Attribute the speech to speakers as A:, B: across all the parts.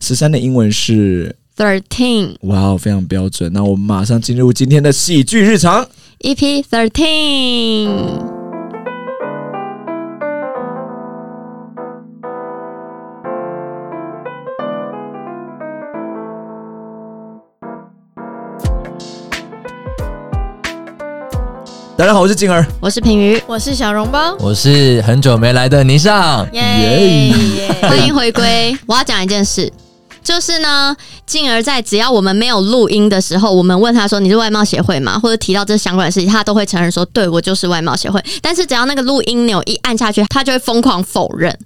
A: 十三的英文是
B: Thirteen
A: 哇哦，非常标准。那我们马上进入今天的喜剧日常。
B: EP E Thirteen。
A: 大家好，我是静儿。
B: 我是品瑜，
C: 我是小笼包，
D: 我是很久没来的霓裳，
B: 耶！欢迎回归。我要讲一件事，就是呢，进而在只要我们没有录音的时候，我们问他说你是外贸协会吗？或者提到这相关的事情，他都会承认说对我就是外贸协会。但是只要那个录音钮一按下去，他就会疯狂否认。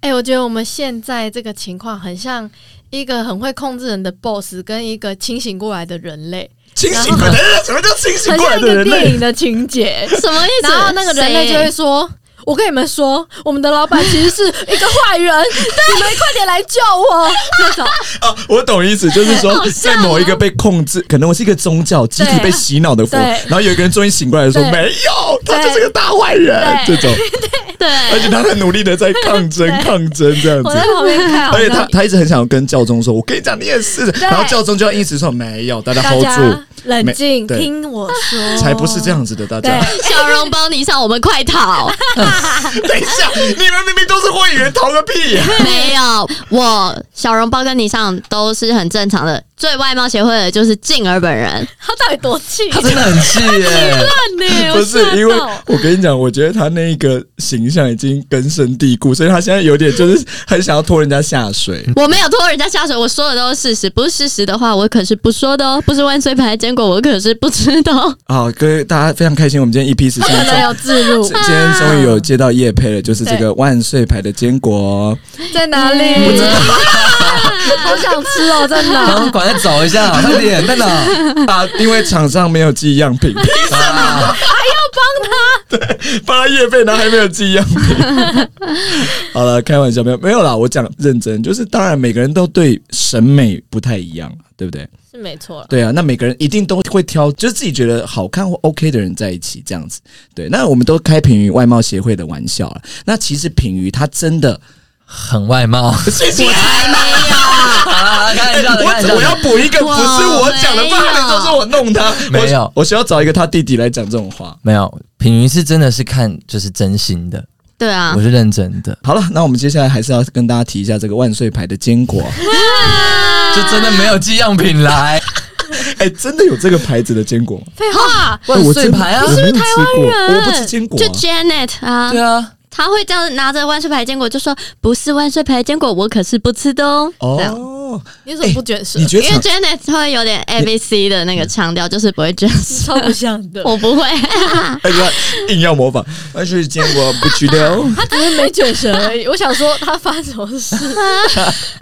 C: 哎、我觉得我们现在这个情况很像一个很会控制人的 boss 跟一个清醒过来的人类，
A: 清醒过来，什么叫清醒
C: 啊很
A: 过
C: 像
A: 来
C: 一
A: 的
C: 个
A: 人
C: 电
A: 类？
C: 影的情节。
B: 什么意思？
C: 然后那个人类就会
B: 谁
C: 说：“我跟你们说，我们的老板其实是一个坏人，你们快点来救我！” 这种
A: 哦，我懂意思，就是说
B: 好，像
A: 在
B: 哦
A: 某一个被控制，可能我是一个宗教集体
C: 对
A: 被洗脑的佛，
C: 对
A: 然后有一个人终于醒过来说：“
C: 对
A: 没有，他
C: 对
A: 就是个大坏人。”这
C: 对
A: 种，而
B: 对
A: 且他很努力的在抗争，抗争这样
C: 我在
A: 子。
C: 旁边看，好
A: 而且他
C: 像
A: 他一直很想跟教宗说：“我跟你讲，你也是。”然后教宗就要一直说：“没有，大家
C: 大
A: hold
C: 家
A: 住，
C: 冷静
A: 没对
C: 听我说，
A: 才不是这。样子的。”大
C: 对
A: 家，
B: 小笼包，你上我们快逃！
A: 等一下，你们明明都是会员，逃个屁 呀！
B: 没有，我小笼包跟你上都是很正常的。最外貌协会的就是静儿本 人，
C: 他到底多气？
D: 他 真的很气耶！
C: 烂呢？
A: 不
C: 我
A: 是
C: 吓到
A: 因为我跟你讲，我觉得他那个形象已经根深蒂固，所以他现在有点就是很想要拖人家下水。
B: 我没有拖人家下水，我说的都是事实，不是事实的话，我可是不说的哦。不是万岁牌的坚果，我可是不知道。
A: 好，各位大家非常开心，我们今天 EP 十
C: 真的
A: 三。
C: 有自入
A: 今天终于有接到叶配了，就是这个万岁牌的坚果，哦
C: 在哪里？ 好想吃哦，真
D: 然
C: 的。
D: 后赶快找一下，快点，在哪？
A: 啊，因为厂商没有寄样品，
D: 啊
A: 帮他叶配，然后还没有寄样品。好了，开玩笑，没有没有啦，我讲认真，就是当然每个人都对审美不太一样，对不对？
C: 是没错了。
A: 对啊，那每个人一定都会挑，就是自己觉得好看或 OK 的人在一起这样子。对，那我们都开品鱼外貌协会的玩笑了。那其实品鱼他真的，
D: 很外貌。
A: 谢谢。
D: 啊， 开玩笑的，开玩
A: 哎我
D: 笑
A: 我要
D: 的。
A: 补一个，不
B: 我
A: 是我讲的，
B: 没有
A: 不然都是我弄他。我
D: 没有
A: 我需要找一个他弟弟来讲这种话。
D: 没有，品云是真的是看就是真心的，
B: 对啊
D: 我，是认真的，
A: 好了，那我们接下来还是要跟大家提一下这个万岁牌的坚 果。
D: 就真的没有寄样品来。
A: 哎、真的有这个牌子的坚果吗？哎
C: 废话，
D: 万岁牌啊
A: 我！没有吃过，我不吃坚果、
B: 就
A: 啊。
B: Janet 啊
D: 对， 啊，
B: 他会这样拿着万岁牌的坚果就说：“不是万岁牌的坚果，我可是不吃的哦。”这样。
A: 哦，
C: 你怎么不卷舌
A: 你？觉
B: 因
A: 得
B: 为
A: 厂
B: Janet 会有点 A B C 的那个腔调，就是不会这样说。
C: 超不像 的，
B: 我 不会，
A: 哎呀，硬要模仿，但是坚果不吃的 哦。
C: 他只是没卷舌而 已。我想说他发生什么事？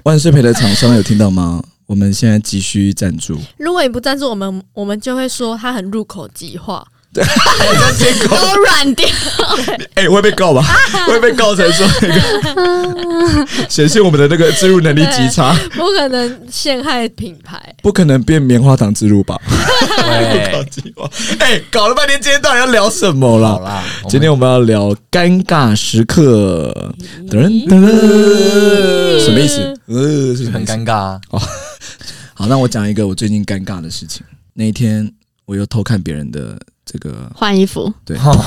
A: 万岁陪的厂商有听到吗？我们现在急需赞助。
C: 如果你不赞助我们，我们就会说他很入口即化。
A: 坚
B: 给我软掉。
A: 哎、会被 告吧？会被告成说那个， 显现我们的那个植入能力极差，
C: 不可能陷害品牌，
A: 不可能变棉花糖植入吧？搞
D: 对，
A: 计划，哎、搞了半天，今天到底要聊什么
D: 好
A: 啦？
D: 啦，
A: 今天我们要聊尴尬时刻，噔噔噔，什么意思？呃，是什么意
D: 很
A: 思？
D: 尴尬啊。
A: 好，那我讲一个我最近尴尬的事情。那一天，我又偷看别人的这个
B: 换衣服，
A: 对
D: 哦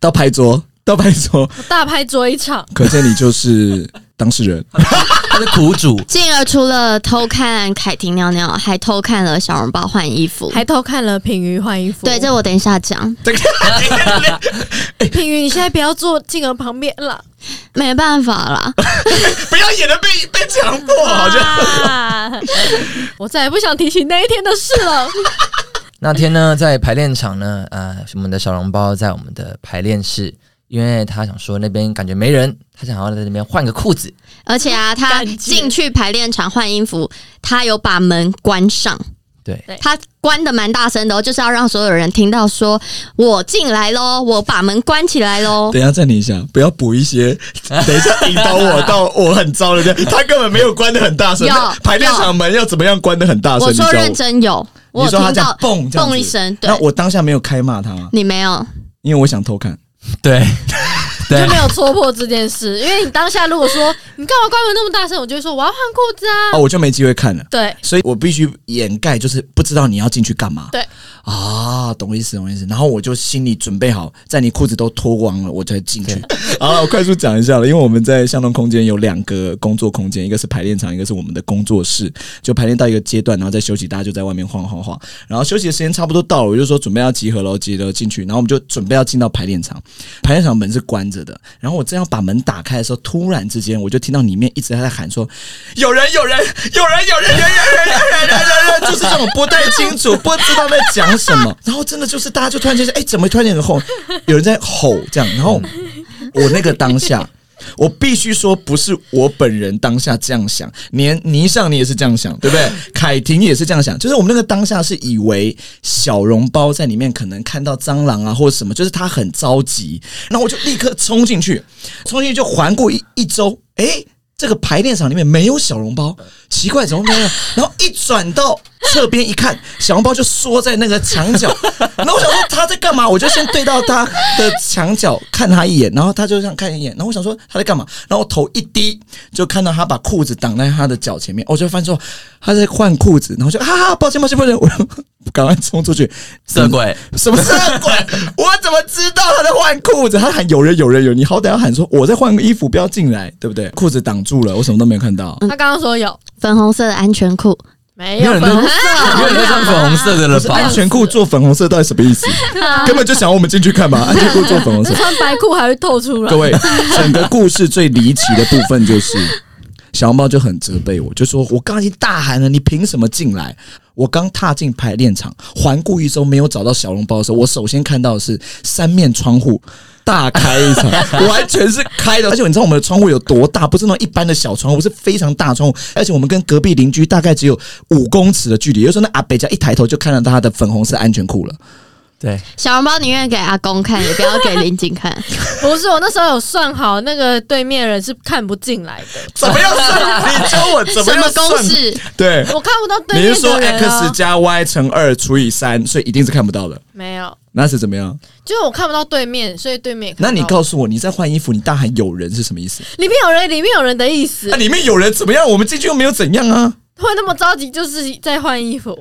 A: 到牌桌，到牌桌，
C: 我大拍桌一场。
A: 可见你就是当事人。
D: 他是苦主，
B: 进而除了偷看凯婷尿尿，还偷看了小笼包换衣服。
C: 还偷看了品瑜换衣服，
B: 对，这我等一下讲。
A: 这个
C: 品瑜，你现在不要坐静儿旁边了，
B: 没办法啦，
A: 不要演的被被强迫， 好像
C: 啊 我再也不想提起那一天的事了。
D: 那天呢，在排练场呢，呃，我们的小笼包在我们的排练室，因为他想说那边感觉没人，他想要在那边换个裤子。
B: 而且啊，他
C: 感觉
B: 进去排练场换衣服，他有把门关上，
D: 对，
B: 他关的蛮大声的、哦，就是要让所有人听到说，我进来喽，我把门关起来喽。
A: 等一下暂停一下，不要补一些。等一下引导我到我很糟的这样，他根本没有关的很大声
B: 有。
A: 排练场门要怎么样关的很大声？
B: 我
A: 你教
B: 说认
A: 我。
B: 真有，我
A: 你
B: 有
A: 说他
B: 听
A: 这样
B: 到
A: 蹦这样
B: 蹦一
A: 子
B: 声，对
A: 那，我当下没有开骂他吗？
B: 你没有，
A: 因为我想偷看。
D: 对， 对
C: 就没有戳破这件事。因为你当下如果说你干嘛关门那么大声，我就会说我要换裤子啊。
A: 哦，我就没机会看了。
C: 对，
A: 所以我必须掩盖，就是不知道你要进去干嘛。
C: 对
A: 啊，懂意思，懂意思。然后我就心里准备好，在你裤子都脱光了，我才进去。 好了，我快速讲一下了，因为我们在向东空间有两个工作空间，一个是排练场，一个是我们的工作室。就排练到一个阶段，然后再休息，大家就在外面晃晃晃。然后休息的时间差不多到了，我就说准备要集合喽，集合进去。然后我们就准备要进到排练场，排练场门是关着的。然后我正要把门打开的时候，突然之间我就听到里面一直在喊说：“有人，有人，有人，有人，有人，有人，有人，有人，就是这种不太清楚，不知道在讲什么。然后真的就是大家就突然间，哎，怎么突然间很吼？有人在吼这样。然后 我那个当下。我必须说，不是我本人当下这样想，连倪尚你也是这样想，对不对？凯婷也是这样想，就是我们那个当下是以为小笼包在里面可能看到蟑螂啊或者什么，就是他很着急，然后我就立刻冲进去，冲进去就环顾一一周，诶、这个排练场里面没有小笼包，奇怪，怎么没有？然后一转到侧边一看，小笼包就缩在那个墙角。然后我想说他在干嘛？我就先对到他的墙角看他一眼，然后他就这样看一眼。然后我想说他在干嘛？然后我头一低，就看到他把裤子挡在他的脚前面。我就发现说他在换裤子，然后就哈哈、啊，抱歉抱歉抱歉，我就赶快冲出去。
D: 色鬼，
A: 什么色 鬼？我怎么知道他在换裤子？他喊有人有人有人，你好歹要喊说我在换个衣服，不要进来，对不对？裤子挡住了，我什么都没有看到。
C: 他刚刚说有
B: 粉红色的安全裤，
C: 没
D: 没
C: 有
D: 有人
C: 粉
D: 嗯在，没
C: 红
D: 有人在穿粉红色的了
A: 不是
D: 吧
A: 安？全裤做粉红色到底什么意思？根本就想我们进去看嘛。安全裤做粉红色，
C: 穿白裤还会透出来
A: 各。位，整个故事最离奇的部分就是， 小红帽就很责备我，就说：“我刚刚已经大喊了，你凭什么进来？”我刚踏进排练场，环顾一周没有找到小笼包的时候，我首先看到的是三面窗户大开一 场，完全是开的。而且你知道我们的窗户有多大？不是那种一般的小窗户，是非常大的窗户。而且我们跟隔壁邻居大概只有五公尺的距离，也就是说，那阿北家一抬头就看到他的粉红色安全裤了。
D: 对，
B: 小笼包宁愿给阿公看，也不要给林景看。
C: 不是，我那时候有算好，那个对面人是看不进来的，
A: 怎么样算？你教我怎
B: 什
A: 样
B: 么
A: 算
B: 公？式？
A: 对，
C: 我看不到对
A: 你
C: 面
A: 是说
C: 的人、啊。
A: x 加 y 乘二除以三，所以一定是看不到的？
C: 没有，
A: 那是怎么样？
C: 就是我看不到对面，所以对面也看不
A: 那
C: 到
A: 你告诉我，你在换衣服，你大喊“有人”是什么意思？
C: 里面有人，里面有人的意思
A: 那、，里面有人怎么样？我们进去又没有怎样啊！
C: 会那么着急，就是在换衣服。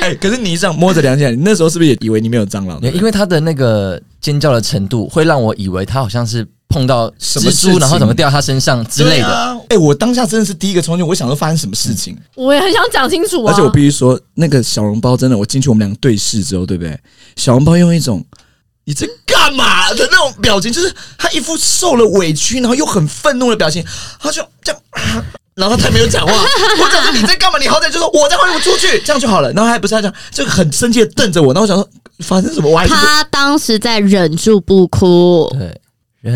A: 哎、可是你这样摸着良心讲，你那时候是不是也以为里面有蟑螂？啊
D: 没有因为他的那个尖叫的程度，会让我以为他好像是碰到
A: 什么
D: 蜘
A: 事情
D: 蛛，然后怎么掉他身上之类
A: 对
D: 的。
A: 啊。哎、我当下真的是第一个冲进，我想说发生什么事情，
C: 我也很想讲清楚啊，
A: 而且我必须说，那个小笼包真的，我进去我们两个对视之后，对不对？小笼包用一种。你在干嘛的那种表情，就是他一副受了委屈，然后又很愤怒的表情，他就这样，啊然后他没有讲话。我讲说你在干嘛？你好歹就说我在外面出去，这样就好了。然后他还不是他这样，就很生气的瞪着我。然后我想说发生什么？我还 是不
B: 他当时在忍住不哭，
D: 对，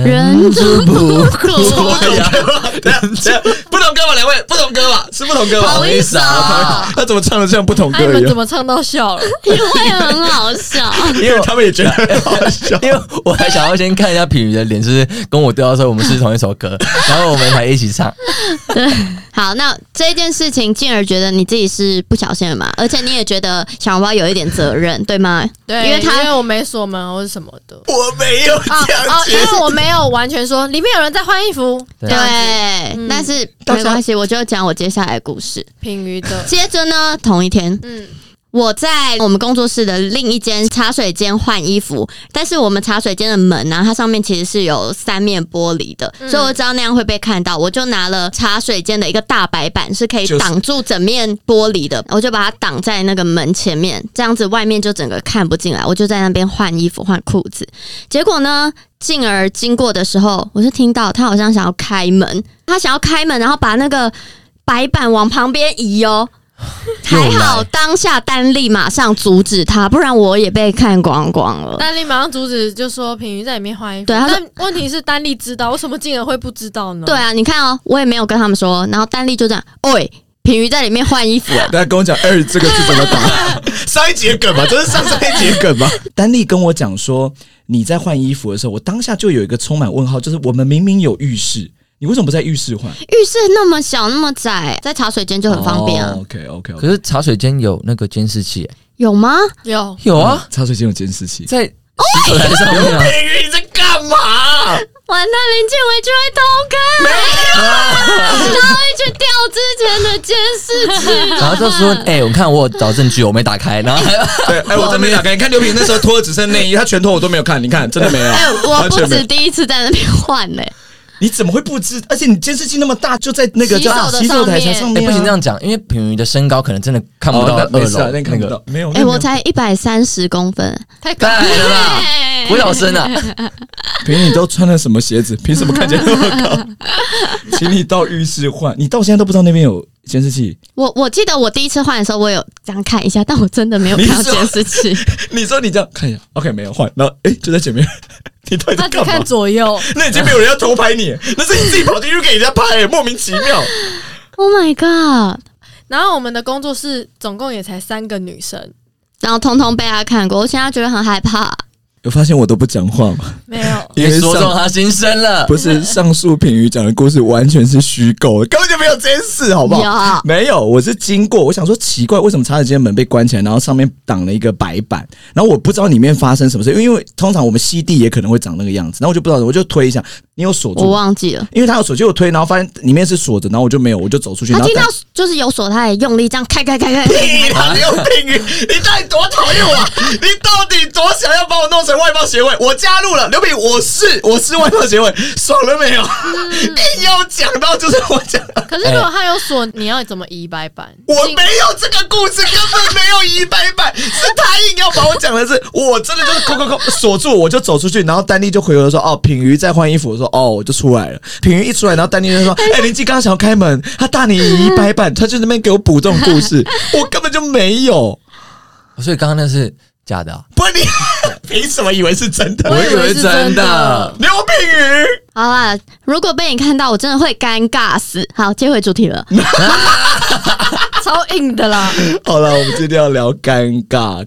B: 忍住不
A: 不
B: 哭。
A: 同歌吧？等一下等一下不同歌吧？两位不同歌吧？是不同歌吧？
B: 不好意思 啊
A: 他怎么唱的像不同
C: 哎，
A: 歌一
C: 你们怎
A: 样？
C: 么唱到 笑了？
B: 因为很好笑，
A: 因为他们也觉得很好笑。
D: 因为我还想要先看一下品瑜的脸，是不是跟我对到说我们是同一首歌，然后我们才一起唱。
B: 好，那这件事情，进而觉得你自己是不小心的嘛，而且你也觉得小笼包有一点责任，对吗？
C: 对，
B: 因为他
C: 因为我没锁门或者什么的。
A: 我没有
C: 啊
A: 这样
C: 啊！因
A: 觉
C: 为我没有完全说里面有人在换衣服，
D: 对
A: 啊
B: 对
C: 对，，嗯
B: 但是
A: 大
B: 没
A: 家
B: 关系，我就讲我接下来的故事。
C: 平鱼的，
B: 接着呢，同一天，
C: 嗯，
B: 我在我们工作室的另一间茶水间换衣服，但是我们茶水间的门呢、它上面其实是有三面玻璃的，
C: 嗯
B: 所以我知道那样会被看到，我就拿了茶水间的一个大白板，是可以
A: 就是
B: 挡住整面玻璃的，我就把它挡在那个门前面，这样子外面就整个看不进来，我就在那边换衣服换裤子，结果呢？进而经过的时候，我就听到他好像想要开门，他想要开门，然后把那个白板往旁边移哦，还好当下丹丽马上阻止他，不然我也被看光光了。
C: 丹丽马上阻止，就说平鱼在里面换衣服。
B: 对他说
C: 但问题是丹丽知道，为什么进而会不知道呢？
B: 对，啊，你看哦，我也没有跟他们说，然后丹丽就这样， 喂，品瑜在里面换衣服、啊
A: 大家跟我讲，哎、这个字怎么 打？上一节梗吧，这是上上一节梗吧？丹丽跟我讲说，你在换衣服的时候，我当下就有一个充满问号，就是我们明明有浴室，你为什么不在浴室换？
B: 浴室那么小那么窄，在茶水间就很方便啊，
A: OK OK OK，
D: 可是茶水间有那个监视器，
B: 有吗？
C: 有
D: 有啊，
A: 嗯茶水间有监视器。
D: 在洗手台上面啊。
A: 你在干
D: 干嘛？
B: 完蛋，林建伟居然偷看， 他会去调之前的监视器。
D: 然后就说：“哎、我看我有找证据，我没打开。”啊然后还
A: 对，哎，我真
B: 哦
A: 没打开。你看刘品那时候脱的只剩内衣，他全脱我都没有看，你看真的没有，
B: 哎、我
A: 完
B: 不
A: 全没
B: 止
A: 有。
B: 第一次在那边换嘞、
A: 你怎么会不知？而且你监视器那么大，就在那个叫
B: 洗手的
A: 洗手台上
B: 上
A: 面
D: 哎、
A: 啊，
D: 不行这样讲，因为品瑜的身高可能真的看不到
A: 哦
D: 二
A: 那
D: 楼、
A: 没事啊，那
D: 那
A: 看不
D: 个
A: 到，没有。
B: 哎、我才一百三十公分，
C: 太高
D: 当然了啦，
B: 哎
D: 国小生啊，
A: 凭你都穿了什么鞋 子？凭什么看起来那么高？请你到浴室换。你到现在都不知道那边有监视器。
B: 我我记得我第一次换的时候，我有这样看一下，但我真的没有
A: 你
B: 看
A: 是
B: 到监视器。
A: 你说你这样看一下，OK，没有换。然后哎、就在前面， 你到底
C: 他
A: 在
C: 只
A: 干
C: 看
A: 嘛？
C: 左右，
A: 那已经没有人要偷拍你，那是你自己跑进去给人家拍、莫名其妙。
B: Oh my god！
C: 然后我们的工作室总共也才三个女生，
B: 然后通通被他看过，我现在觉得很害怕。
A: 有发现我都不讲话 吗？
C: 没有
D: 你说中
A: 上
D: 他心声了。
A: 不是上述品瑜讲的故事完全是虚构的，根本就没有这件事，好不好？
B: 有
A: 没有，我是经过，我想说奇怪，为什么茶水间的门被关起来，然后上面挡了一个白板，然后我不知道里面发生什么事，因为因为通常我们吸地也可能会长那个样子，然后我就不知道，我就推一下，你有锁住
B: 我
A: 吗？
B: 忘记了。
A: 因为他有锁，就我推，然后发现里面是锁着，然后我就没有，我就走出去，
B: 他
A: 然后
B: 听到
A: 打
B: 就是有锁，他也用力这样开开开 开。
A: 屁啦！你有病！你到底多讨厌我？你到底多想要把我弄成外貌协会？我加入了刘炳，我是我是外貌协会，爽了没有？硬要讲到就是我讲，
C: 可是如果他有锁，你要怎么移白板？
A: 我没有这个故事，根本没有一百版，是他硬要把我讲的是，我真的就是扣扣扣锁住，我就走出去，然后丹妮就回头说：“哦，品瑜在换衣服。”我说：“哦，我就出来了。”品瑜一出来，然后丹妮就说：“哎、林静刚刚想要开门，他大你一百版，他就在那边给我补这种故事，我根本就没有。”
D: 所以刚刚那是假的、啊，
A: 不是你 凭什么以为是真的？
C: 我以
D: 以
C: 为
D: 为
C: 是真
D: 真
C: 的
D: 的。
A: 刘品宇，
B: 好啦，如果被你看到，我真的会尴尬死。好，接回主题了。
C: 超硬的啦！
A: 好了，我们今天要聊尴尬。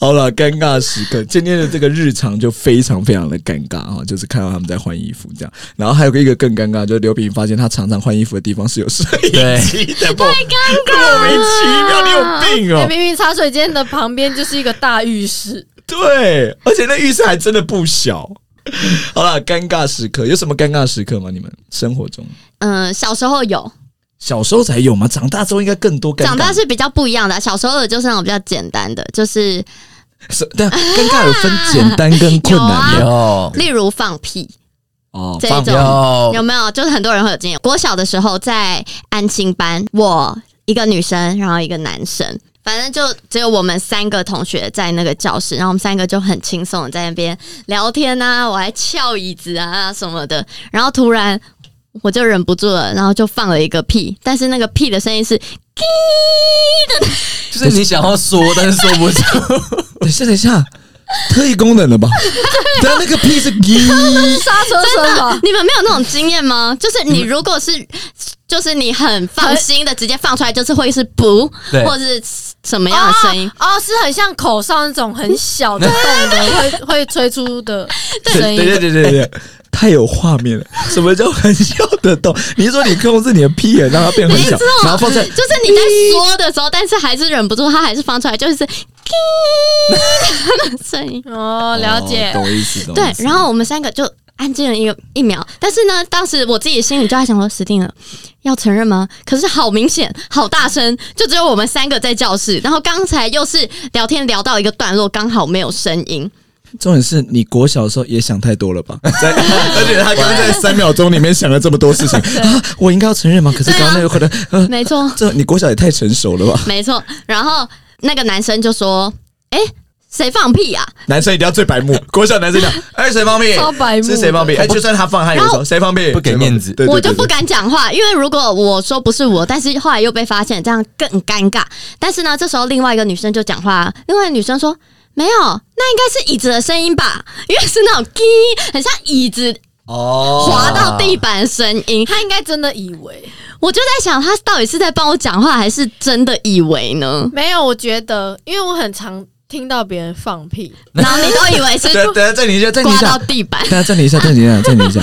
A: 好了，尴尬时刻，今天的这个日常就非常非常的尴尬啊，就是看到他们在换衣服这样。然后还有一个更尴尬，就是刘品宇发现他常常换衣服的地方是有摄 影机的，莫莫名其妙，你有病
C: 哎
A: 哦、
C: 明明茶水间的旁边就是一个大浴室，
A: 对，而且那浴室还真的不小。好了，尴尬时刻有什么尴尬时刻吗？你们生活中
B: 嗯、小时候有，
A: 小时候才有吗？长大之后应该更多尴尬。
B: 长大是比较不一样的。小时候的就是那种比较简单的，就是
A: 是，但尴尬有分简单跟困难的、
B: 有
D: 有
B: 例如放屁，
A: 哦
B: 这
A: 放
B: 种有
D: 有
B: 没有？就是很多人会有经验。我小的时候在安亲班，我一个女生，然后一个男生。反正就只有我们三个同学在那个教室，然后我们三个就很轻松的在那边聊天啊，我还翘椅子啊什么的。然后突然我就忍不住了，然后就放了一个屁，但是那个屁的声音是“叽”的，
D: 就是你想要说，但是说不出。
A: 等一下，等一下，特异功能 了吧？但那个屁是咦，
C: 刹车声吧？
B: 啊你们没有那种经验吗？就是你如果是，就是你很放心的直接放出来，就是会是不，
D: 对
B: 或是什么样的声音？
C: 哦，是很像口哨那种很小 的动的，会会吹出的声
A: 对对
C: 音。
A: 对对对，太有画面了。什么叫很小的洞？你是说你控制你的屁眼让它变很小，然后放在
B: 就是你在说的时候，但是还是忍不住，它还是放出来，就是“叽”的声音。
C: 哦，了解
A: 哦。懂意思，懂
B: 对
A: 意，思
B: 然后我们三个就安静了一个一秒，但是呢，当时我自己心里就在想说，死定了，要承认吗？可是好明显，好大声，就只有我们三个在教室。然后刚才又是聊天聊到一个段落，刚好没有声音，
A: 重点是你国小的时候也想太多了吧？在 而且他刚刚在三秒钟里面想了这么多事情啊，我应该要承认吗？可是
B: 啊
A: 刚刚那个可能，呃，
B: 没错。
A: 这你国小也太成熟了吧？
B: 没错。然后那个男生就说：“哎、谁放屁啊
A: 男生一定要最白 目，国小男生讲，哎，谁放屁？
C: 超白目
A: 是谁放屁？哎，就算他放，他也会
B: 然
A: 说谁放屁？
D: 不给面子
A: 对？”对对
B: 我就不
A: 对
B: 敢讲话，因为如果我说不是我，但是后来又被发现，这样更尴尬。但是呢，这时候另外一个女生就讲话，另外一个女生说：“没有，那应该是椅子的声音吧，因为是那种滴，很像椅子
A: 哦
B: 滑到地板的声音。
C: 他应该真的以为
B: 我就在想，他到底是在帮我讲话，还是真的以为 呢？
C: 没有，我觉得，因为我很常听到别人放屁，
B: 然后你都以为是
A: 等等下，暂停一下，暂停一
B: 刮
A: 下
B: 到，地板。
A: 大家暂停一下，暂停一下，暂停一下。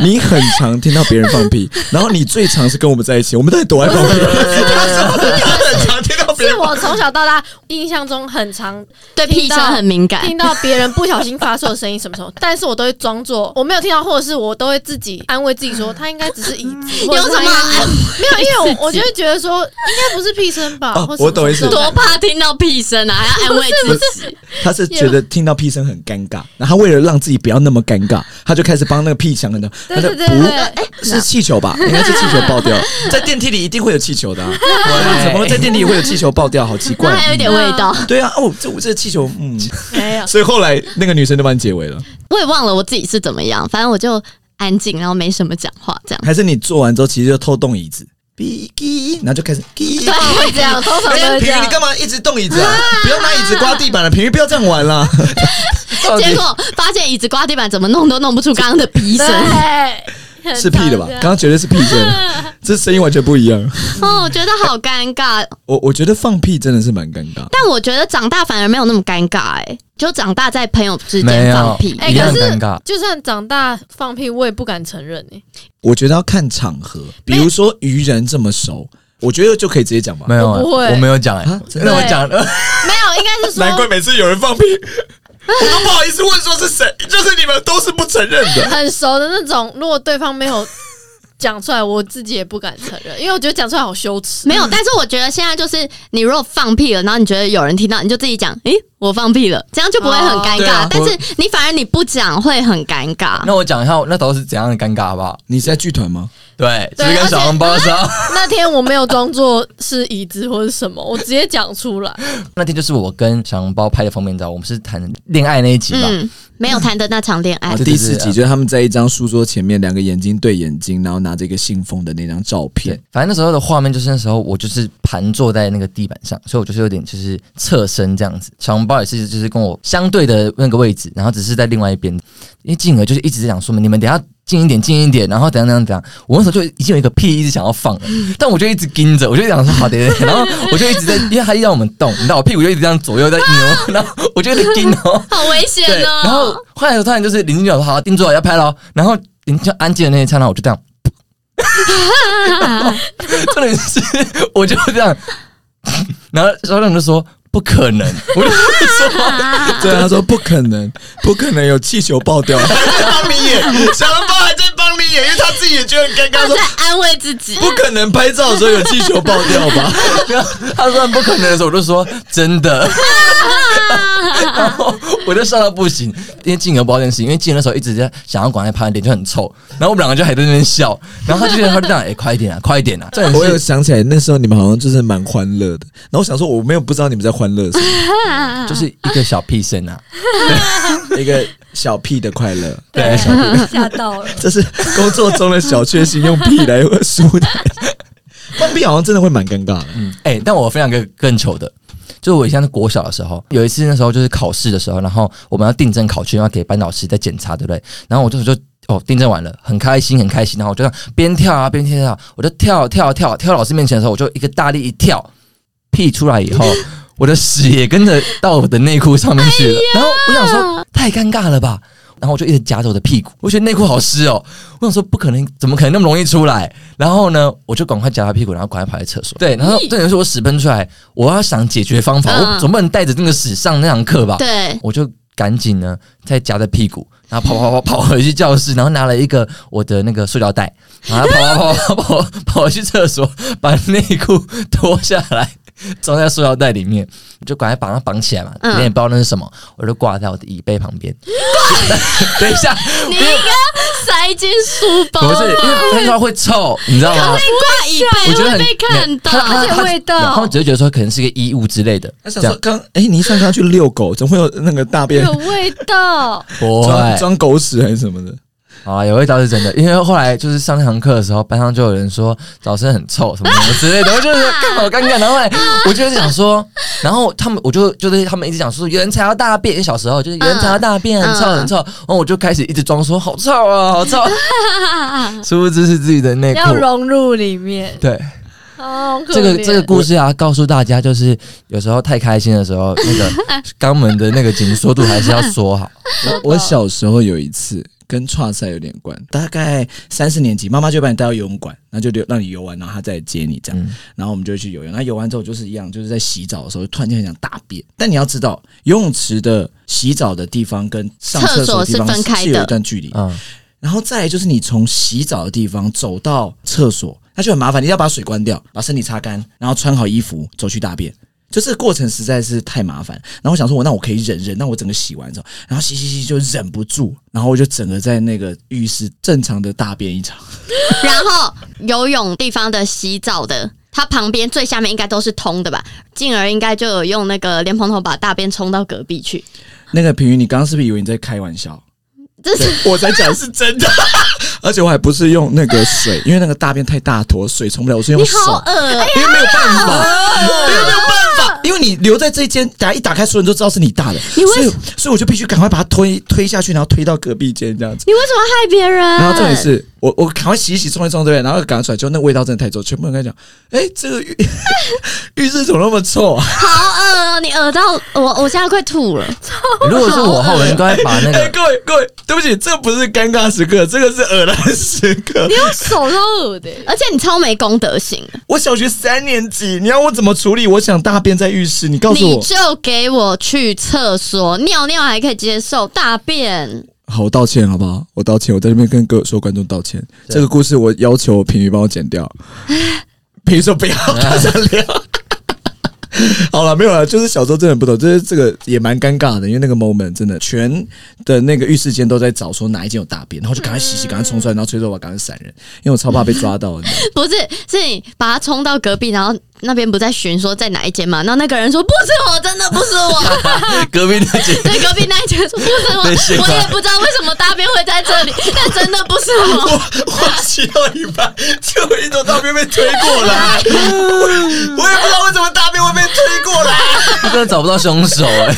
A: 你很常听到别人放屁，然后你最常是跟我们在一起，我们到底多爱放屁？他说他很常听到
C: 是我从小到大印象中很常
B: 对屁
C: 听到
B: 声很敏感，
C: 听到别人不小心发出的声音什么什么，但是我都会装作我没有听到，或者是我都会自己安慰自己说，他应该只是椅子，或者
B: 有
C: 是
B: 什
C: 他
B: 么
C: 应该
B: 安
C: 没有？因为我我就会觉得说，应该不是屁声吧？
A: 哦
C: 或什么
A: 我懂意思
C: 这种
B: 多
C: 感觉
B: 怕听到屁声啊，还要安慰自己。
A: 他是觉得听到屁声很尴 尬，然后他为了让自己不要那么尴尬，他就开始帮那个屁墙很多，他
C: 对
A: 就
C: 对对对对，
A: 不哎是气球吧？应该是气球爆 掉，在电梯里一定会有气球的、啊，
C: 哎
D: 对
A: 怎么会在电梯里会有气球爆掉？好奇 怪
B: 那，还有一点
A: 嗯
B: 味道，
A: 对啊，哦，这我这气球， 嗯，
C: 没有。
A: 所以后来那个女生就帮你解围了，
B: 我也忘了我自己是怎么样，反正我就安静，然后没什么讲话，这样。
A: 还是你做完之后其实就偷动椅子，哔叽，然后就开始叽。
C: 会这样，通常都
A: 哎
C: 会
A: 平
C: 这
A: 鱼，你
C: 样。
A: 干嘛一直动椅子啊？不要拿椅子刮地板了，平鱼不要这样玩 啦。
D: 到底
B: 结果发现椅子刮地板，怎么弄都弄不出刚刚的鼻声。
C: 对，
A: 是屁的吧？
C: 很常这
A: 刚
C: 样
A: 刚绝对是屁声， 这声音完全不一样。
B: 哦，我觉得好尴尬。
A: 我我觉得放屁真的是蛮尴尬。
B: 但我觉得长大反而没有那么尴尬、哎，就长大在朋友之
D: 没
B: 间
D: 有
B: 放屁，
C: 哎、
D: 一样
C: 可
D: 尴尬
C: 是就算长大放屁，我也不敢承认哎、
A: 我觉得要看场合，比如说愚人这么熟，我觉得就可以直接讲吧
D: 没。有啊，
C: 我不会
D: 我没有讲哎
A: 啊，真的
D: 那我讲了，
C: 没有，应该是
A: 难怪
C: 说
A: 每次有人放屁， 我都不好意思问说是谁，就是你们都是不承认 的。
C: 很熟的那种。如果对方没有讲出来，我自己也不敢承认，因为我觉得讲出来好羞耻。
B: 没有，但是我觉得现在就是你如果放屁了，然后你觉得有人听到，你就自己讲，诶、我放屁了，这样就不会很尴
A: 哦对
B: 尬。
A: 啊
B: 但
A: 我
B: 是你反而你不讲会很尴尬。
D: 那我讲一下我那时候是怎样的尴尬好不好？
A: 你是在剧团吗？
D: 对，就
C: 对
D: 是跟小笼包的时候，
C: 那天我没有装作是椅子或者什么，我直接讲出来。
D: 那天就是我跟小笼包拍的封面照，我们是谈恋爱那一集吧，
B: 嗯，没有谈的那场恋爱
A: 啊，
D: 对
A: 第四集
D: 对
A: 就是他们在一张书桌前面，两个眼睛对眼睛，然后拿着一个信封的那张照
D: 对
A: 片。，
D: 反正那时候的画面就是那时候我就是盘坐在那个地板上，所以我就是有点就是侧身这样子。小红包也是就是跟我相对的那个位置，然后只是在另外一边。因为静儿就是一直在讲说你们等一下近一点近一点，然后怎样怎样怎样。我那时候就已经有一个屁一直想要放了，但我就一直盯着，我就想说好的，等一下然后我就一直在，因为他一直让我们动，你知道我屁股就一直这样左右在扭，然后我就有点盯哦。
B: 好危险
D: 对，
B: 哦。
D: 然后后来我突然就是林俊杰说好盯住了要拍了，然后林就安静的那一刹那我 就这样。 重点是，我就这样，然后小亮就说不可能，我就说
A: 对，他说不可能， 不可能有气球爆掉。
E: 帮你演，小笼包还在帮你演，因为他自己也觉得很尴
B: 他在
E: 尬，说
B: 安慰自己，
A: 不可能拍照的时候有气球爆掉吧？
D: 然后他说不可能的时候，我就说真的，然后我就笑到不行，因为静儿不知道这件事情，因为静儿那时候一直在想要管他拍，脸就很臭，然后我们两个就还在那边笑，然后他就觉得他就这样，哎、快一点啊，快一点啊，这
A: 我有
B: 嗯
A: 想起来，那时候你们好像就是蛮欢乐的。然后我想说，我没有不知道你们在欢乐什
B: 嗯
D: 就是一个小屁声啊，
A: 么，一个小屁的快乐。
D: 对，
C: 吓到了。
A: 这是工作中的小确幸，用屁来 舒坦。放屁好像真的会蛮尴尬的。
D: 哎、但我分享一个更糗的，就是我以前在国小的时候，有一次那时候就是考试的时候，然后我们要订正考卷，要给班导师在检查，对不对？然后我就就哦订正完了，很开心很开心，然后我就这样边跳啊边跳啊，我就跳跳跳跳到老师面前的时候，我就一个大力一跳，屁出来以后。我的屎也跟着到我的内裤上面去了，然后我想说太尴尬了吧，然后我就一直夹着我的屁股，我觉得内裤好湿哦，我想说不可能，怎么可能那么容易出来？然后呢，我就赶快夹他屁股，然后赶快跑去厕所。对，然后重点是我屎喷出来，我要想解决方法，
B: 嗯
D: 我总不能带着那个屎上那堂课吧？
B: 对，
D: 我就赶紧呢，再夹着屁股，然后跑跑跑跑回去教室，然后拿了一个我的那个塑胶袋，然后跑跑跑跑跑跑回去厕所，把内裤脱下来。装在塑料袋里面，我就赶快把它绑起来嘛，
B: 嗯
D: 你也不知道那是什么，我就挂在我的椅背旁边。等一下，
B: 你应该塞进书包
D: 不
B: 吧，
D: 是，因为那句话会臭，你知道吗？
B: 挂椅背
D: 我觉
B: 会
D: 得很
B: 被看到，
D: 他他
C: 而且
D: 他
C: 味道
D: 然后只会觉得说可能是一个衣物之类的，
A: 他
D: 这
A: 想说
D: 样
A: 刚，哎、你一上课要去遛狗，怎么会有那个大便
C: 有味道，
D: 不
A: 装
D: 会
A: 装狗屎还是什么的？
D: 啊，有味道是真的。因为后来就是上那堂课的时候，班上就有人说早生很臭什么什么之类的，我就觉得干好尴尬。然后后来我就是想说，然后他们我就就是他们一直讲说有人踩到大便，因为小时候就是有人踩到大便很臭
B: 嗯
D: 很臭，然后我就开始一直装说好臭啊好臭，殊不知是自己的内
C: 要
D: 裤。
C: 融入里面。
D: 对，
C: 哦，好可
D: 哎这个
C: 怜
D: 这个故事啊，告诉大家就是有时候太开心的时候，那个肛门的那个紧缩度还是要缩好。
A: 我我小时候有一次跟跨赛有点关。大概三四年级，妈妈就把你带到游泳馆，然后就留让你游完，然后她再接你这样。
D: 嗯
A: 然后我们就去游泳。那游完之后就是一样，就是在洗澡的时候突然间很想大便，但你要知道，游泳池的洗澡的地方跟上厕的地方
B: 厕所是分开的
A: 有一段距离。
D: 嗯，
A: 然后再来就是你从洗澡的地方走到厕所，那就很麻烦，你要把水关掉，把身体擦干，然后穿好衣服走去大便。就这个过程实在是太麻烦，然后我想说，我那我可以忍忍，那我整个洗完之后，然后洗洗洗就忍不住，然后我就整个在那个浴室正常的大便一场，
B: 然后游泳地方的洗澡的，它旁边最下面应该都是通的吧？进而应该就有用那个莲蓬头把大便冲到隔壁去。
A: 那个平云，你刚刚是不是以为你在开玩笑？
B: 这是
A: 对，我才讲是真 的，而且我还不是用那个水，因为那个大便太大坨，水冲不了，我是用
B: 你
A: 手，
B: 好恶
A: 因为没有办法，因
B: 哎
A: 为没有办法，因为你留在这一间，等下一打开，所有人都知道是你大的，
B: 你为
A: 所以所以我就必须赶快把它推推下去，然后推到隔壁间这样子。
B: 你为什么害别人？啊
A: 然后重点是我我赶快洗一洗冲一冲对不对？然后赶快出来，就那味道真的太臭，全部人跟他讲， 哎、这个浴 浴室怎么那么臭啊？
B: 好恶哦，你恶到我，我现在快吐了。
D: 如果是我的话，我应该把那
A: 哎、
D: 个
A: 各位各位，对不起，这不是尴尬时刻，这个是恶心时刻。
C: 用手都恶的、
B: 而且你超没公德心，
A: 我小学三年级，你要我怎么处理？我想大便在浴室，你告诉
B: 你
A: 我。
B: 就给我去厕所尿尿还可以接受，大便
A: 好，我道歉好不好？我道歉，我在这边跟各位所有观众道歉。这个故事我要求平宇帮我剪掉， 平宇说不要，他想聊。 好了，没有了，就是小时候真的不懂，就是这个也蛮尴尬的，因为那个 moment 真的全的那个浴室间都在找说哪一间有大便，然后就赶快洗洗，赶快冲出来，然后吹头发，赶快闪人，因为我超怕被抓到的。
B: 不是是你把它冲到隔壁，然后那边不在巡说在哪一间嘛？然后那个人说不是我，真的不是我。
D: 隔壁那间
B: 对，隔壁那一间说不是我，
D: 被训
B: 我
D: 话
B: 也不知道为什么大便会在这里，但真的不是我。
A: 我洗到一半，就有一种大便被推过来， 我也不知道为什么大便会被推过来。
D: 真的找不到凶手哎，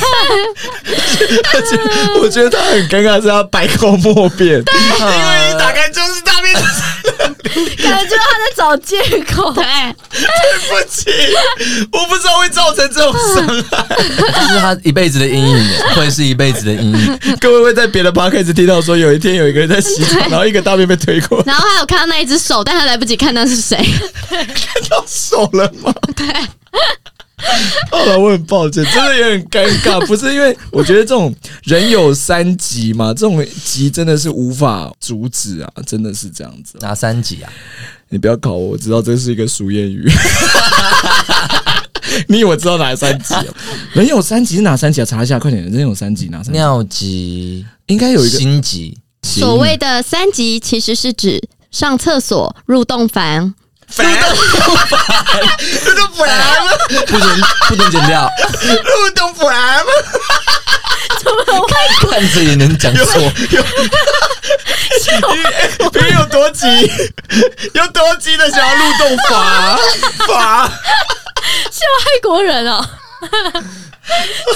A: 而且我觉得他很尴尬，是他百口莫辩， 因为一打开就是大便，
C: 感觉他在找借口。
B: 对，
A: 对不起，我不知道会造成这种伤害。
D: 这是他一辈子的阴影哎，会是一辈子的阴影。
A: 各位会在别的 podcast 听到说，有一天有一个人在洗澡，然后一个大便被推过来，
B: 然后还有看到那一只手，但他来不及看那是谁。
A: 看到手了吗？ 对。后来我很抱歉，真的也很尴尬，不是因为我觉得这种人有三急嘛，这种急真的是无法阻止啊，真的是这样子。
D: 哪三集啊？
A: 你不要考我，我知道这是一个俗谚语。 你以为我知道哪三集、啊？人有三集是哪三集啊？查一下，快点！人有三集哪三集？
D: 尿急，
A: 应该有一个
D: 心急，
B: 所谓的三级，其实是指上厕所、入洞房。
E: 烦，这都烦，
D: 不准不准剪 掉，
E: 这都烦。
D: 看着也能讲错。
A: 别人有多急，有多急的想要入洞法法。
C: 外国人哦，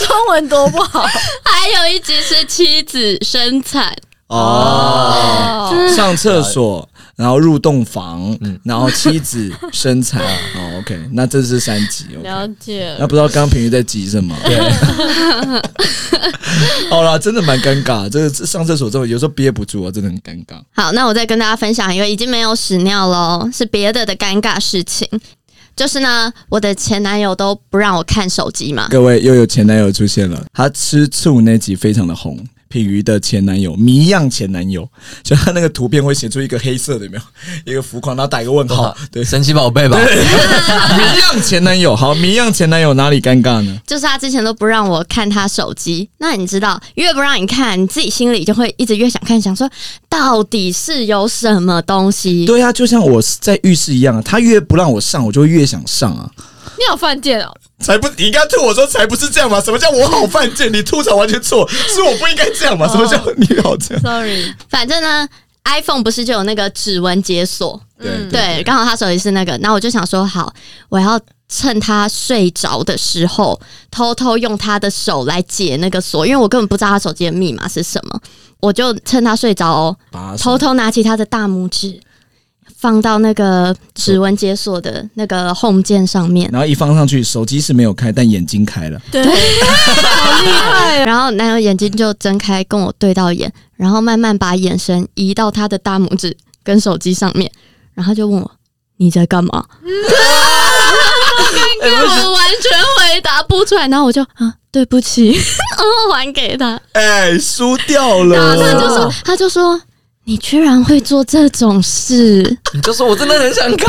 C: 中文多不好，
B: 还有一集是妻子生产，
A: 哦，上厕所，然后入洞房，然后妻子生产。哦，OK，那这是三集。OK
C: 了解
A: 那不知道刚刚平宇在急什么？ 好啦，真的蛮尴尬。这个上厕所之后，有时候憋不住啊，真的很尴尬。
B: 好，那我再跟大家分享一个已经没有屎尿喽，是别的的尴尬事情。就是呢，我的前男友都不让我看手机嘛，
A: 各位又有前男友出现了，他吃醋那集非常的红。品瑜的前男友，谜样前男友，就他那个图片会写出一个黑色的，有没有？一个浮框，然后打一个问号。对，
D: 神奇宝贝吧，
A: 谜样前男友，好，谜样前男友哪里尴尬呢？
B: 就是他之前都不让我看他手机，那你知道，越不让你看，你自己心里就会一直越想看，想说到底是有什么东西。
A: 对啊，就像我在浴室一样啊，他越不让我上，我就越想上啊。
C: 你有犯贱哦？
A: 才不，你应该吐我说才不是这样嘛？什么叫我好犯贱？你吐槽完全 错，是我不应该这样嘛？什么叫你好这样？
C: Sorry，
B: 反正呢，iPhone 不是就有那个指纹解锁？
A: 嗯对
B: 嗯对，刚好他手机是那个，那我就想说，好，我要趁他睡着的时候，偷偷用他的手来解那个锁，因为我根本不知道他手机的密码是什么，我就趁他睡着、哦，
A: 把
B: 偷偷拿起他的大拇指。放到那个指纹解锁的那个 home 键上面，
A: 然后一放上去，手机是没有开，但眼睛开了。
C: 对，好厉害哦！
B: 然后男友眼睛就睁开跟我对到眼，然后慢慢把眼神移到他的大拇指跟手机上面，然后就问我你在干嘛？我完全回答不出来，然后我就啊对不 起，然后哦还给他，
A: 哎、输掉
B: 然后他
A: 了。
B: 就说他就说你居然会做这种事，
D: 你就说我真的很想开，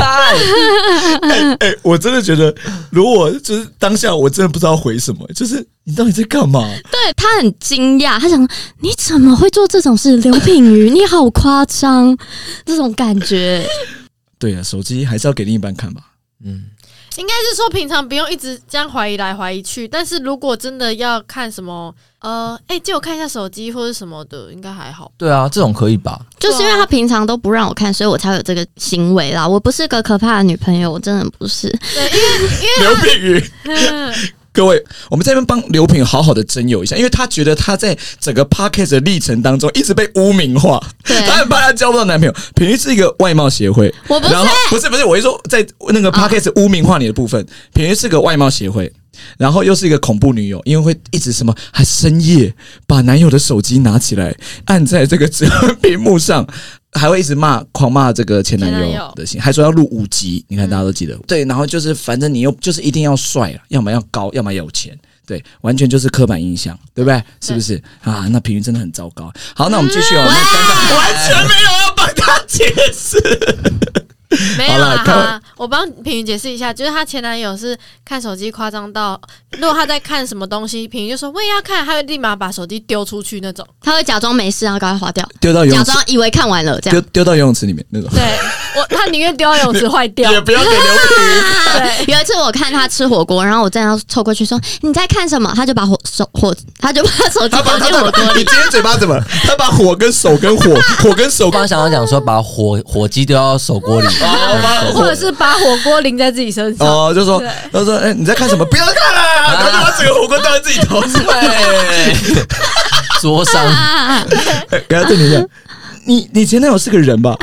A: 哎、我真的觉得，如果就是当下，我真的不知道回什么，就是你到底在干嘛？
B: 对 他很惊讶，他想说你怎么会做这种事？刘品瑜，你好夸张， 啊这种感觉。
A: 对啊，手机还是要给另一半看吧。
D: 嗯，
C: 应该是说平常不用一直这样怀疑来怀疑去，但是如果真的要看什么，呃，哎、借我看一下手机或者什么的，应该还好。
D: 对啊，这种可以吧？
B: 就是因为他平常都不让我看，所以我才有这个行为啦。我不是个可怕的女朋友，我真的不是。
A: 刘品宇， 各位，我们这边帮刘品好好的征友一下，因为他觉得他在整个 podcast 的历程当中一直被污名化，
B: 对
A: 他很怕他交不到男朋友。品瑜是一个外貌协会，
B: 我不是啊
A: 然后不是不是，我是说在那个 podcast 污名化你的部分，品瑜是个外貌协会。然后又是一个恐怖女友，因为会一直什么，还深夜把男友的手机拿起来按在这个指纹屏幕上，还会一直骂狂骂这个前男
C: 前男
A: 友
C: 友
A: 的信，还说要录五集，你看大家都记得、对，然后就是反正你又就是一定要帅啊，要么要高，要么有钱。对，完全就是刻板印象，对不对？是不是啊？那评语真的很糟糕。好，那我们继续哦。那刚刚完全没有要帮他解释。
C: 没
A: 好
C: 有
A: 啦
C: 啦，
A: 开
C: 好
A: 玩
C: 啦我帮品瑜解释一下，就是她前男友是看手机夸张到，如果她在看什么东西，品瑜就说我也要看，她会立马把手机丢出去那种。
B: 他会假装没事，然后赶快划掉，
A: 丢到游
B: 假
A: 泳池，
B: 装以为看完了这
A: 丢
B: 样。
A: 丢到游泳池里面那种，
C: 对我，她宁愿丢到泳池坏掉。
A: 也不 要给刘品
C: 对，
B: 有一次我看他吃火锅，然后我正要凑过去说你在看什么，他就把火手火，他就把手机
A: 他把
B: 放
A: 他
B: 进火锅
A: 把，你
B: 里。
A: 今天嘴巴怎么了？ 他把火跟手跟火，火跟手
D: 我刚
A: 跟
D: 刚想要讲说把火火鸡丢到 手锅里，
C: 或者是把火锅淋在自己身上。
A: 哦，就说他说，哎、你在看什么？不要看了、然后就把整个火锅倒在自己头上。
D: 桌上
B: 啊啊啊！
A: 给他对你一下，你你前男友是个人吧？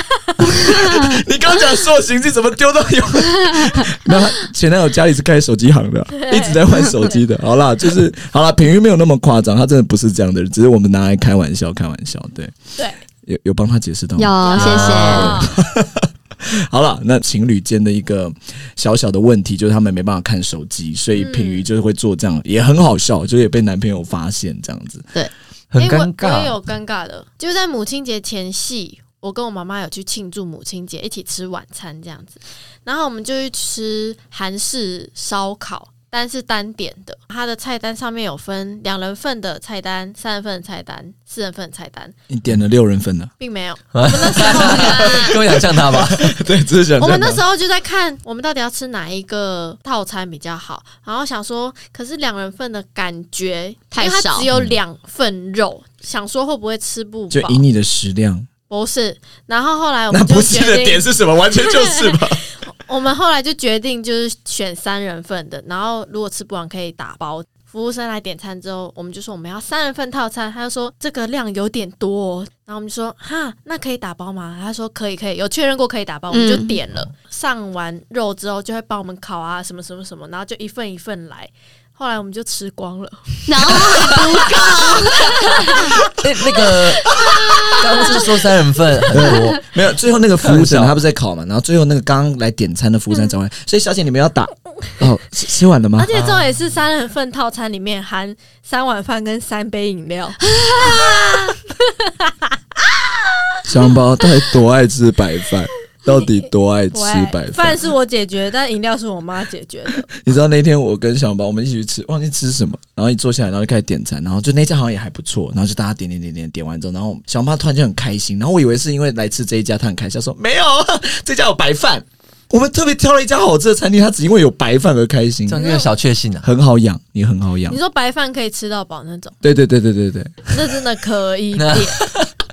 A: 你刚讲说我行迹怎么丢到有？ 那他前男友家里是开手机行的，一直在换手机的。好啦，就是好啦，品玉没有那么夸张，他真的不是这样的人，只是我们拿来开玩笑，开玩笑。对，
C: 对，
A: 有有帮他解释到吗。
B: 有谢谢。
C: 啊
A: 好了，那情侣间的一个小小的问题就是他们没办法看手机，所以品瑜就是会做这样，也很好笑，就是也被男朋友发现这样子。
D: 很
C: 诶哎
D: 尴
C: 我我也
D: 尬。
C: 有尴尬的，就在母亲节前夕，我跟我妈妈有去庆祝母亲节，一起吃晚餐这样子。然后我们就去吃韩式烧烤，但是单点的。它的菜单上面有分两人份的菜单、三人份的菜单、四人份的菜单，
A: 你点了六人份的，
C: 并没有。
D: 跟我想象他吧，
A: 对，只是想
C: 我们那
A: 这样
C: 时候就在看我们到底要吃哪一个套餐比较好，然后想说，可是两人份的感觉
B: 太
C: 因为它
B: 少
C: 只有两份肉，想说会不会吃不
A: 就
C: 饱
A: 以？你的食量，
C: 不是，然后后来我
A: 那
C: 们
A: 不
C: 就是决
A: 的点
C: 定，
A: 是什么？完全就是 吧。
C: 我们后来就决定就是选三人份的，然后如果吃不完可以打包。服务生来点餐之后，我们就说我们要三人份套餐，他就说这个量有点多、哦，然后我们就说哈，那可以打包吗？他说可以，可以，有确认过可以打包，我们就
B: 嗯
C: 点了。上完肉之后就会帮我们烤啊，什么什么什么，然后就一份一份来。后来我们就吃光了，
B: 然后
D: 那哎那个刚刚是说三人份很多，
A: 没有，最后那个服务
D: 开玩
A: 生
D: 笑
A: 他不是在烤嘛，然后最后那个刚刚来点餐的服务生找来，所以小姐你们 要打哦，吃吃完了吗
C: 而？且重点是三人份套餐里面含三碗饭跟三杯饮料。
A: 小笼包到底多爱吃白饭？到底多爱吃白 饭
C: 饭？是我解决，但饮料是我妈解 决的。
A: 你知道那天我跟小宝我们一起去吃，忘记吃什么，然后一坐下来，然后就开始点餐，然后就那家好像也还不错，然后就大家点点点点点完之后，然后小妈突然就很开心，然后我以为是因为来吃这一家她很开心，她说没有，这家有白饭，我们特别挑了一家好吃的餐厅，她只因为有白饭而开心
C: 嗯
D: 这，样有点小确幸啊。
A: 很好养，你很好养
C: 你，说白饭可以吃到饱那种，
A: 对对对对对对，
C: 那真的可以 点。
D: 那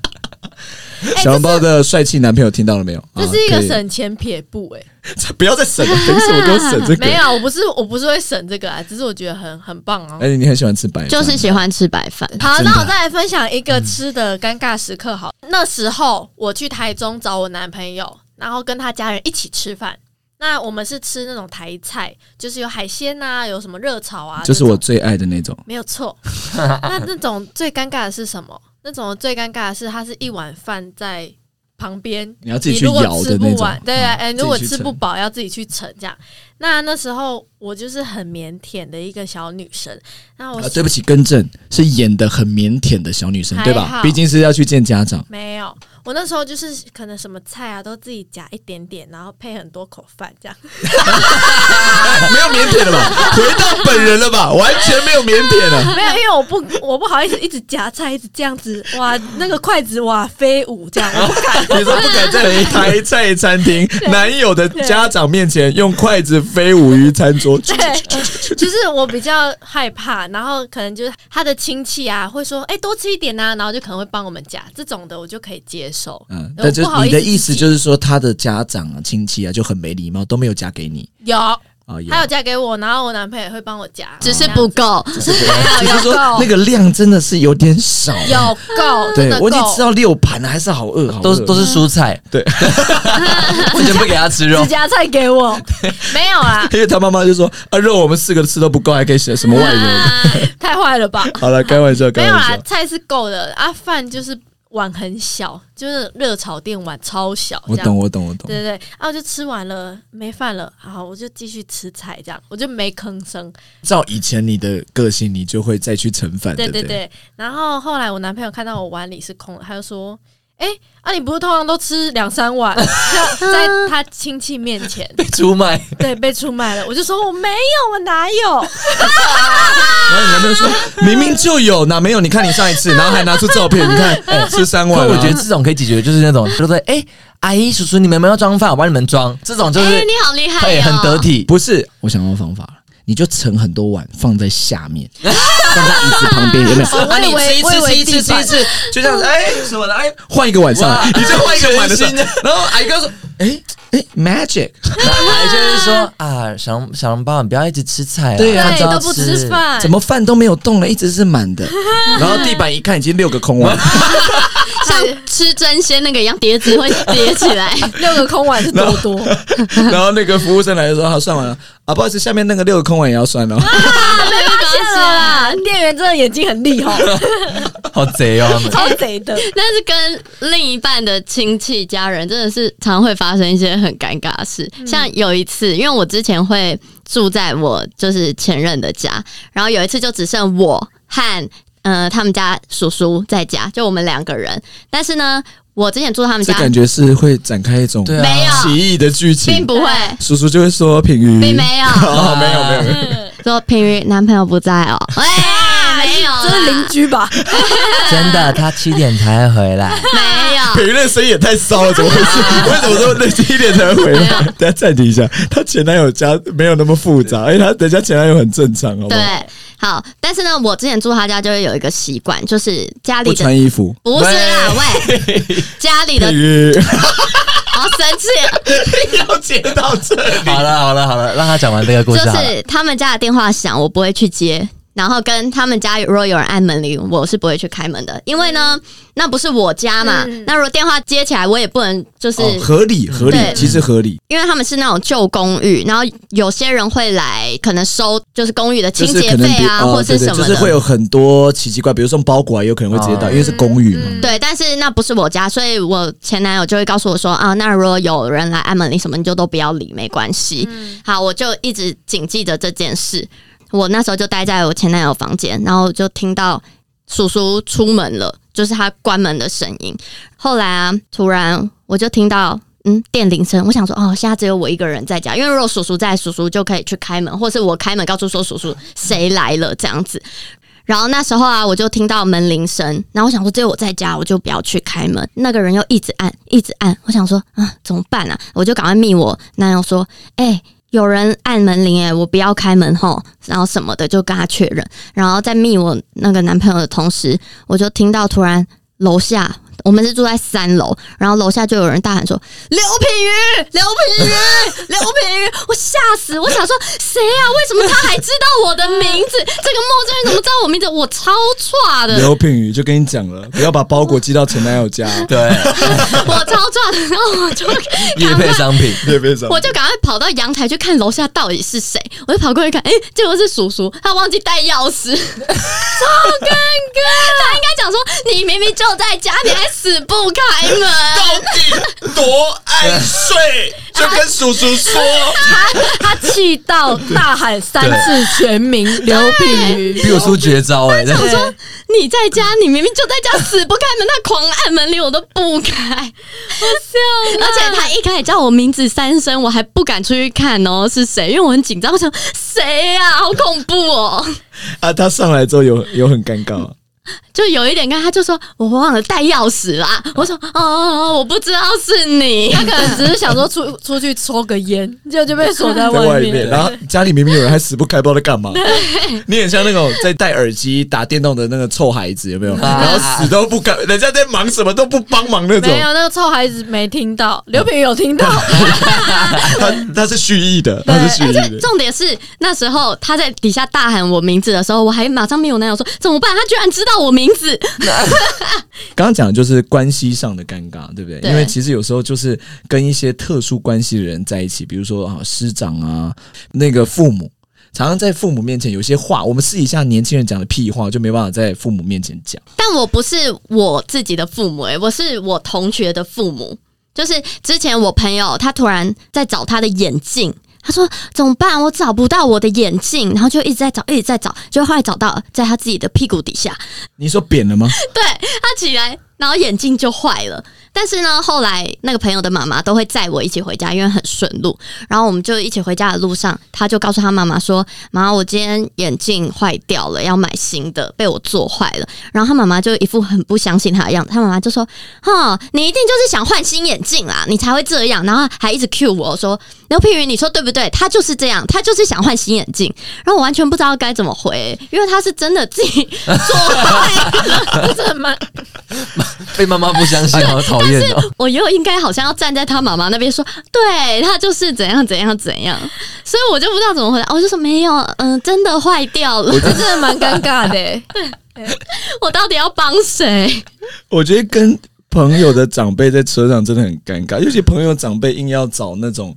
C: 哎
A: 小笼包的帅气男朋友听到了没有？
C: 这
A: 啊
C: 是一
A: 可
C: 个
A: 以啊
C: 省钱撇步哎、
A: 不要再省 了，凭什么给我省这个？
C: 没有，我不是我不是会省这个啊，只是我觉得很很棒啊。
A: 而且你很喜欢吃白饭，
B: 就是喜欢吃白饭，
C: 好，
A: 哎真的
C: 那我再来分享一个吃的尴尬时刻好。那时候我去台中找我男朋友，然后跟他家人一起吃饭。那我们是吃那种台菜，就是有海鲜啊，有什么热炒啊，
A: 就是
C: 这种
A: 我最爱的那种。
C: 没有 错。那那种最尴尬的是什么？那种最尴尬的是，它是一碗饭在旁边，
A: 你要自己去
C: 如果
A: 咬的
C: 吃
A: 那
C: 不
A: 种
C: 完，对啊，
A: 嗯
C: 哎、
A: 自己
C: 如果
A: 去
C: 吃
A: 盛
C: 不饱要自己去盛这样。那那时候我就是很腼腆的一个小女生，那我、
A: 啊，对不起，更正是演的很腼腆的小女生，对
C: 还
A: 吧？
C: 好
A: 毕竟是要去见家长，
C: 没有，我那时候就是可能什么菜啊都自己夹一点点，然后配很多口饭 这样。
A: 没有腼腆了吧？回到本人了吧？完全没有腼腆了。
C: 没有，因为我不我不好意思一直夹菜，一直这样子，哇，那个筷子哇飞舞这样，我不敢。
A: 你说不敢在台菜餐厅男友的家长面前用筷子飞舞于餐桌，
C: 对，就是我比较害怕，然后可能就是他的亲戚啊会说，哎、多吃一点啊，然后就可能会帮我们夹这种的，我就可以接受。
A: 嗯，
C: 我
A: 但就
C: 哦不好
A: 你的
C: 自己
A: 意思就是说，他的家长啊、亲戚啊就很没礼貌，都没有嫁给你
C: 有，
A: 啊，有
C: 他有夹给我，然后我男朋友也会帮我夹，
B: 只是不够，
A: 只是只是说
C: 有够
A: 那个量真的是有点少。啊
C: 这样有够，
A: 对
C: 真的
A: 我已经
C: 够
A: 吃到六盘了，还是好饿，好饿
D: 都是都是蔬菜，
A: 对，
D: 完全不给他吃 肉
C: 只。夹菜给我，没有 啦，
A: 因为他妈妈就说啊，肉我们四个吃都不够，还给什什么外人？
C: 太坏了吧？
A: 好了，开玩笑，
C: 没
A: 开
C: 有
A: 玩
C: 啦
A: 笑，。
C: 菜是够的啊，饭就是碗很小，就是热炒店碗超小，
A: 我
C: 这样
A: 懂，我懂，我懂。
C: 对对对，啊，我就吃完了，没饭了，好，我就继续吃菜，这样我就没吭声。
A: 照以前你的个性，你就会再去盛饭，
C: 对
A: 不
C: 对
A: 对？
C: 对，然后后来我男朋友看到我碗里是空的，他就说：“哎、啊，你不是通常都吃两三碗， 要在他亲戚面前，
D: 出卖，
C: 对，被出卖了。”我就说：“我没有，我哪有
A: 然后你男朋友说明明就有，哪没有？你看你上一次，然后还拿出照片，你 看吃三啊
D: 可
A: 碗，
D: 我觉得这种可以解决，就是那种就是说，哎、阿姨叔叔，你们有没有装饭？我帮你们装。这种就是
B: 哎、你好厉害、
D: 哎
B: 哦，
D: 很得体，
A: 不是，我想到方法了，你就盛很多碗放在下面， 放在椅子旁边，有没有？
C: 哦我
D: 啊
C: 以为
A: 那
C: 我以为
A: 你吃一次，吃一次，吃
C: 地
A: 一
C: 板
A: 次，就 这样子，哎，什么的，哎，换一个晚上来，
D: 哇
A: 你再换一个晚上
D: 全新的，
A: 然后阿姨刚 说，哎哎，magic，
D: 然后阿姨就是说啊，小笼小笼包，你不要一直吃菜、啊，
A: 对啊
D: 大
C: 对，
D: 家
C: 都不吃。饭，
A: 怎么饭都没有动了，一直是满 的，然后地板一看已经六个空 碗，
B: 像吃真鲜那个一样，碟子会叠起来。
C: 六个空碗是多多？
A: 然后那个服务生来的时候，他算完了，啊，不好意思，下面那个六个空碗也要算哦。
C: 被发现了啦！店员真的眼睛很利哦，
D: 好贼哦，他 们
C: 超贼的。
B: 但是跟另一半的亲戚家人真的是常会发生一些很尴尬的事。像有一次，因为我之前会住在我就是前任的家，然后有一次就只剩我和呃他们家叔叔在家，就我们两个人。但是呢，我之前住他们
A: 这
B: 家
A: 感觉是会展开一种
D: 对啊，
B: 没有，
A: 奇异的剧情
B: 并。不会，
A: 叔叔就会说品鱼，
B: 并没有。 嗯
A: 哦，没有没有没有。
B: 说平宇男朋友不在哦，喂、没有啦，
C: 这是邻居吧？
D: 真的，他七点才会 回来。
B: 没有。
A: 评论声音也太骚了，怎么回 事？为什么这么那一点才回来？大家暂停一下，她前男友家没有那么复杂，哎而且她人家前男友很正常，好不好？
B: 对，好，但是呢，我之前住他家就会有一个习惯，就是家里
A: 不
B: 的
A: 穿衣服，
B: 不是啦，喂， 家里的
A: 品鱼
B: 好生气，
A: 要接到这里，
D: 好了好了好了，让他讲完这个故
B: 就
D: 事好了。
B: 是他们家的电话响，我不会去接。然后跟他们家如果有人按门铃，我是不会去开门的，因为
A: 嗯
B: 呢，那不是我家嘛。
C: 嗯
B: 那如果电话接起来，我也不能就是、
A: 哦合理合理，
B: 对
A: 其实合理，
B: 因为他们是那种旧公寓，然后有些人会来，可能收就是公寓的
A: 就
B: 清
A: 是
B: 洁
A: 可能
B: 费
A: 比
B: 啊，
A: 哦
B: 或
A: 对
B: 是
A: 对
B: 什么的。
A: 就是会有很多奇奇怪，比如说包裹啊，有可能会直接到，
D: 哦。
A: 因为是公寓嘛。
C: 嗯
B: 对，但是那不是我家，所以我前男友就会告诉我说啊，那如果有人来按门铃什么，你就都不要理，没关系。好，我就一直谨记着这件事。我那时候就待在我前男友房间，然后就听到叔叔出门了，就是他关门的声音。后来啊，突然我就听到。嗯，电铃声，我想说，哦，现在只有我一个人在家，因为如果叔叔在，叔叔就可以去开门，或是我开门告诉说叔叔谁来了这样子。然后那时候啊，我就听到门铃声，然后我想说只有我在家，我就不要去开门。那个人又一直按，一直按，我想说啊，怎么办啊？我就赶快密我男友说，哎、有人按门铃哎、我不要开门吼，然后什么的就跟他确认，然后在密我那个男朋友的同时，我就听到突然楼下
E: 我们是住在三楼，然后楼下就有人大喊说：“刘品瑜，刘品瑜，刘品瑜！”我吓死，我想说谁呀、啊？为什么他还知道我的名字？这个陌生人怎么知道我名字？我超 差的，
A: 刘品宇就跟你讲了，不要把包裹寄到前男友 家、哦
D: 对，
E: 我超 差的，然后我就
D: 夜
E: 赶
D: 配
E: 快
D: 商品，
A: 对，别上
E: 我就赶快跑到阳台去看楼下到底是谁，我就跑过去看，哎、结果是叔叔，他忘记带钥匙，超尴尬。他应该讲说，你明明就在家，你还死不开门。
F: 到底多爱睡？就跟叔叔说，
C: 他气到大喊三次全名刘品瑜，
D: 比我出绝招哎、欸！
E: 我说你在家，你明明就在家，死不开门，他狂按门铃，我都不开，我笑。而且他一开始叫我名字三声，我还不敢出去看哦是谁，因为我很紧张，我想谁呀、好恐怖哦。
A: 啊， 他上来之后有有很尴尬、
E: 就有一点看，他就说我忘了带钥匙啦。我说哦哦，哦，我不知道是你
C: 他。可能只是想说出出去抽个烟，结果就被锁在
A: 在外
C: 外
A: 面，
C: 面。
A: 然后家里明明有人还死不开，不知道在干嘛。你很像那种在戴耳机打电动的那个臭孩子，有没有？然后死都不敢，人家在忙什么都不帮忙那种
C: 没。有，那个臭孩子没听到，刘品瑜有听到，
D: 嗯
A: 他他是蓄意的，他是蓄意的。
E: 重点是那时候他在底下大喊我名字的时候，我还马上没有男友说怎么办？他居然知道我名字，
A: 刚刚讲的就是关系上的尴尬，对不对？
E: 对
A: 因为其实有时候就是跟一些特殊关系的人在一起，比如说啊师长啊，那个父母，常常在父母面前有些话，我们私底下年轻人讲的屁话，就没办法在父母面前讲。
E: 但我不是我自己的父母、欸，我是我同学的父母。就是之前我朋友他突然在找他的眼镜，他说怎么办？我找不到我的眼镜，然后就一直在找，一直在找，就后来找到了在他自己的屁股底下，
A: 你说扁了吗？
E: 对他起来，然后眼镜就坏了。但是呢，后来那个朋友的妈妈都会载我一起回家，因为很顺路。然后我们就一起回家的路上，他就告诉他妈妈说：“妈，我今天眼镜坏掉了，要买新的，被我做坏了。”然后他妈妈就一副很不相信他的样子，他妈妈就说：“哼，你一定就是想换新眼镜啦，你才会这样。”然后还一直 cue 我说：“刘品云，你说对不对？他就是这样，他就是想换新眼镜。”然后我完全不知道该怎么回、因为他是真的自己做坏了。
C: 这蛮
D: 被妈妈不相
A: 哎
D: 信，好讨厌 哦！
E: 我又应该好像要站在他妈妈那边说，对他就是怎样怎样怎样，所以我就不知道怎么回答，我就说没有，嗯、真的坏掉了，
C: 这真的蛮尴尬的欸。
E: 我到底要帮谁？
A: 我觉得跟朋友的长辈在车上真的很尴尬，尤其朋友长辈硬要找那种，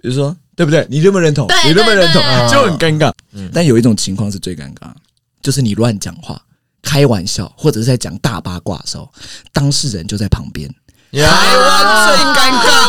A: 比如说对不对？你认不认同？
E: 对
A: 你认不认同？
E: 对
D: 对
A: 就很尴尬。但有一种情况是最尴尬，就是你乱讲话、开玩笑，或者是在讲大八卦的时候，当事人就在旁边。台湾
E: 哦
A: 最尴尬，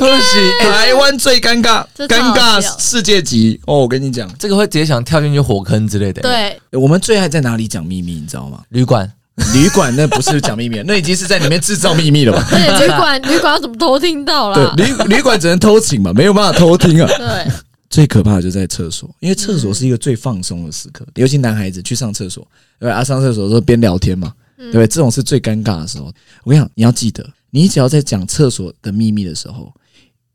D: 不行，哎
A: 台湾最尴尬，
E: 这超
A: 尴
E: 好笑
A: 尬世界级哦！我跟你讲，
D: 这个会直接想跳进去火坑之类的。，
C: 对，
A: 我们最爱在哪里讲秘密，你知道吗？
D: 旅馆
A: 旅馆那不是讲秘密， 那已经是在里面制造秘密了吧？
C: 而且旅馆 旅馆要怎么偷听到啦？
A: 对，旅旅馆只能偷请嘛，没有办法偷听啊。
C: 对，嗯
A: 最可怕的就在厕所，因为厕所是一个最放松的时刻，尤其男孩子去上厕所，对吧？啊，上厕所的时候边聊天嘛，对
C: 嗯
A: 不对？这种是最尴尬的时候。我跟你讲，你要记得，你只要在讲厕所的秘密的时候，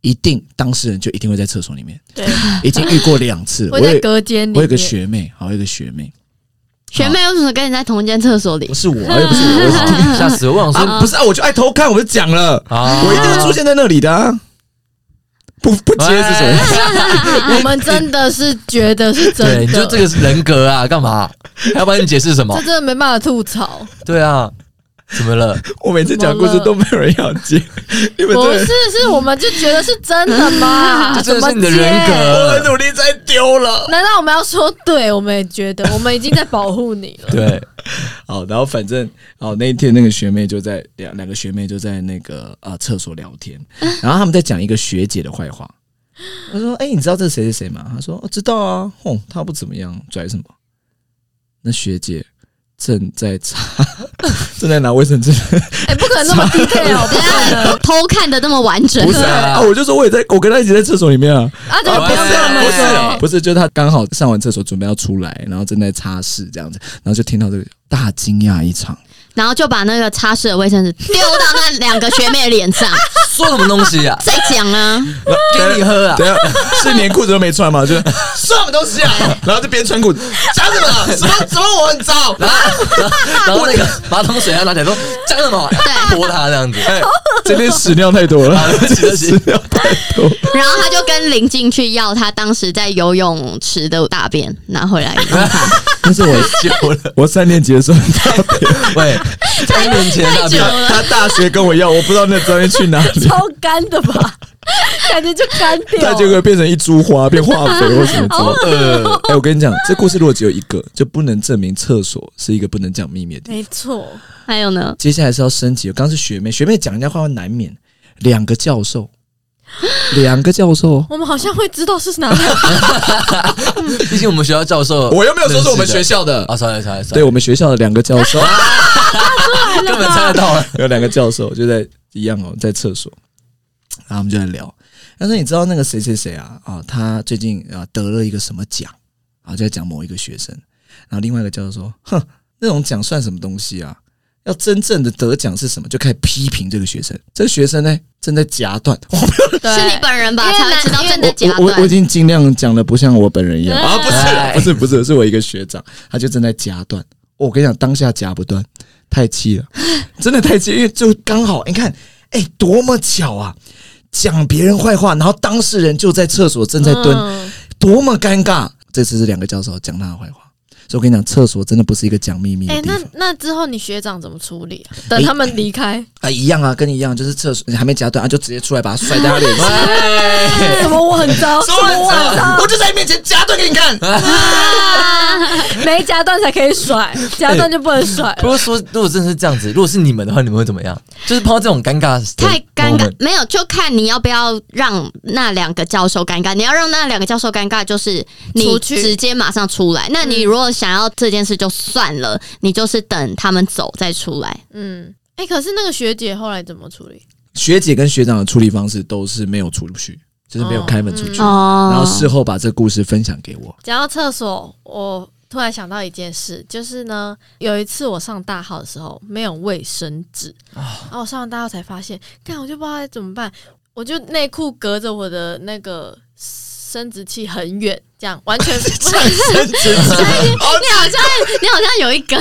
A: 一定当事人就一定会在厕所里面。
C: 对，
A: 已经遇过两 次，我
C: 会在
A: 有
C: 隔间里面。
A: 我有个学妹，好，我有个学妹，
E: 学妹为什么跟你在同一间厕所里
A: 不？是我啊，又不是我，我是听
D: 吓死我！我想
A: 啊，
D: 说
A: 不是啊，我就爱偷看，我就讲了，
D: 啊
A: 我一定会出现在那里的、啊。不不接是什
C: 哎
A: 么？
C: 我们真的是觉得是真
D: 对，
C: 的，
D: 你就这个人格啊，干嘛？要不然你解释什么
C: 这？真的没办法吐槽。
D: 对啊，怎么了？
A: 我每次讲故事都没有人要接，你们
C: 不
A: 这
C: 是，是我们就觉得是真的嘛？
A: 啊
D: 这
C: 怎
D: 真的
C: 么
D: 是你的
C: 接
D: 人
A: 我很
D: 格。
A: 努力在丢了。
C: 难道我们要说，对我们也觉得，我们已经在保护你 了？
D: 对，
A: 好，然后反正哦，那一天那个学妹就在两两个学妹就在那个啊厕所聊天，然后他们在讲一个学姐的坏话。我说：“哎、你知道这谁谁谁吗？”她说：“哦，知道啊，哼，她不怎么样，拽什么？”那学姐正在擦， 正在拿卫生纸，
C: 哎，不可能那么 detail，不可能
E: 偷看的那么完整
A: 不，是啊，啊我就说我也在，我跟她一起在厕所里面啊。
C: 啊，这个
A: 啊
C: 不
A: 不是
C: 要跟我
A: 啊不
C: 们
A: 是啊
C: 说。
A: 不是，就是他刚好上完厕所准备要出来，然后正在擦拭这样子，然后就听到这个，大惊讶一场。
B: 然后就把那个擦拭的卫生纸丢到那两个学妹的脸 上。
D: 说什么东西呀、
B: 再讲啊，
D: 给你喝啊！
A: 对啊，是连裤子都没穿嘛，就什么东西啊？然后就边穿裤子，讲什么啊？什么什么我很糟？
D: 然后，然后然后那个马桶水啊，拿起来说讲什么，泼他这样子。 哎，
A: 这边屎尿太多了，
D: 对不啊起对不起
A: 屎尿太多。
B: 然后他就跟林静去要他当时在游泳池的大便拿回来。
A: 但是我
D: 久了，
A: 我三年级的时候，
D: 喂，三年前那
B: 久
D: 边
B: 了
A: 他大学跟我要，我不知道那专业去哪里，
G: 超干的吧？感觉就干掉
A: 他
G: 了。
A: 就会变成一株花，变化肥或什么之类的。
D: 呃，
A: 哎、我跟你讲，这故事如果只有一个，就不能证明厕所是一个不能讲秘密的地方。
G: 没错，
B: 还有呢，
A: 接下来是要升级，我刚刚是学妹，学妹讲人家坏话难免。两个教 授，两个教授，
C: 我们好像会知道是哪两个。
D: 毕竟我们学校教授，
A: 我又没有说是我们学
D: 校
A: 校的，
D: 啊，sorry sorry，sorry
A: 对我们学校的两个教授，
D: 根本猜得到 了。
A: 有 两个教授就在一样哦，在厕所，然后我们就在聊。但是你知道那个谁谁谁啊啊，他最近啊得了一个什么奖啊，就在讲某一个学生。然后另外一个教授说：“哼，那种奖算什么东西啊？要真正的得奖是什么？”就开始批评这个学生。这个学生呢，正在夹断。我没有，
B: 是你本人吧？才会知道真的假
A: 我我我已
B: 的。
A: 经尽量讲的不像我本人一样。
E: 啊，不
D: 哎
A: 不是不是，是我一个学长，他就正在夹断。我跟你讲，当下夹不断，太气了，真的太气，因为就刚好你看，哎、多么巧啊！讲别人坏话，然后当事人就在厕所正在蹲，
C: 嗯
A: 多么尴尬！这次是两个教授讲他的坏话，所以我跟你讲，厕所真的不是一个讲秘密
C: 哎、
A: 的地
C: 那
A: 方。
C: 那之后你学长怎么处理、啊？等他们离开，
A: 啊，一样啊，跟你一样，就是厕所还没夹断啊，就直接出来把他甩在他脸 上。
G: 怎么我很糟？怎么我很糟？
A: 我就在你面前夹断给你看。
G: 没夹断才可以甩，夹断就不能甩了。
D: 不是说，如果真的是这样子，如果是你们的话，你们会怎么样？就是碰到这种尴尬的，
B: 太尴尬，。没有就看你要不要让那两个教授尴尬。你要让那两个教授尴尬，就是你
C: 出去嗯
B: 直接马上出来。那你如果想要这件事就算了，你就是等他们走再出来。
C: 嗯，哎、可是那个学姐后来怎么处理？
A: 学姐跟学长的处理方式都是没有出去，就是没有开门出
C: 嗯
A: 去，
B: 哦
A: 然后事后把这故事分享给我。
C: 讲到厕所，我突然想到一件事，就是呢，有一次我上大号的时候没有卫生纸，
G: 啊
C: 然后我上完大号才发现，干我就不知道该怎么办，我就内裤隔着我的那个生殖器很远，这样 完全不是
B: 你好像你好像有一根，